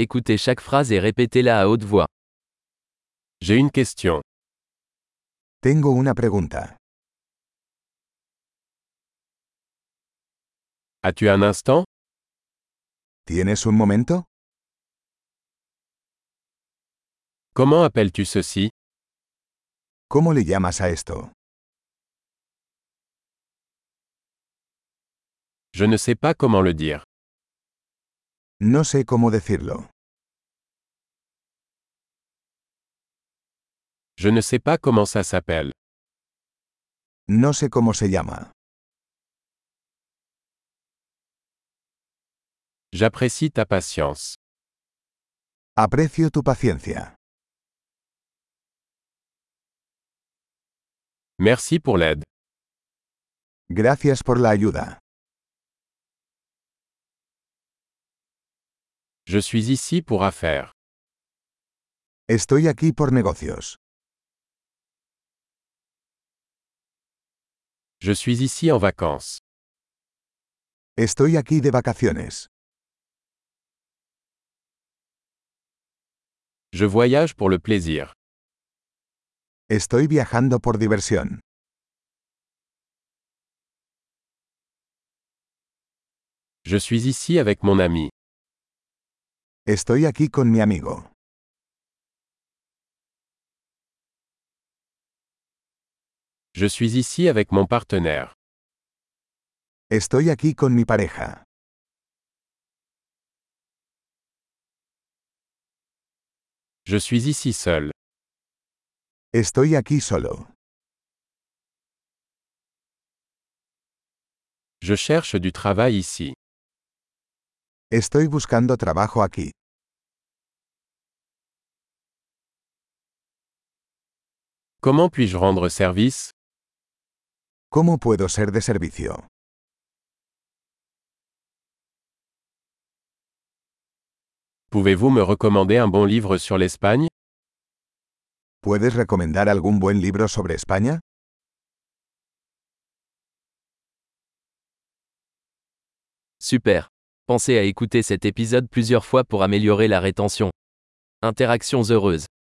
Écoutez chaque phrase et répétez-la à haute voix. J'ai une question. Tengo una pregunta. As-tu un instant ¿Tienes un momento? Comment appelles-tu ceci ¿Cómo le llamas a esto? Je ne sais pas comment le dire. No sé cómo decirlo. Je ne sais pas comment ça s'appelle. No sé cómo se llama. J'apprécie ta patience. Aprecio tu paciencia. Merci pour l'aide. Gracias por la ayuda. Je suis ici pour affaires. Estoy aquí por negocios. Je suis ici en vacances. Estoy aquí de vacaciones. Je voyage pour le plaisir. Estoy viajando por diversión. Je suis ici avec mon ami. Estoy aquí con mi amigo. Je suis ici avec mon partenaire. Estoy aquí con mi pareja. Je suis ici seul. Estoy aquí solo. Je cherche du travail ici. Estoy buscando trabajo aquí. Comment puis-je rendre service ¿Cómo puedo ser de servicio? Pouvez-vous me recommander un bon livre sur l'Espagne ¿Puedes recomendar algún buen libro sobre España? Super. Pensez à écouter cet épisode plusieurs fois pour améliorer la rétention. Interactions heureuses.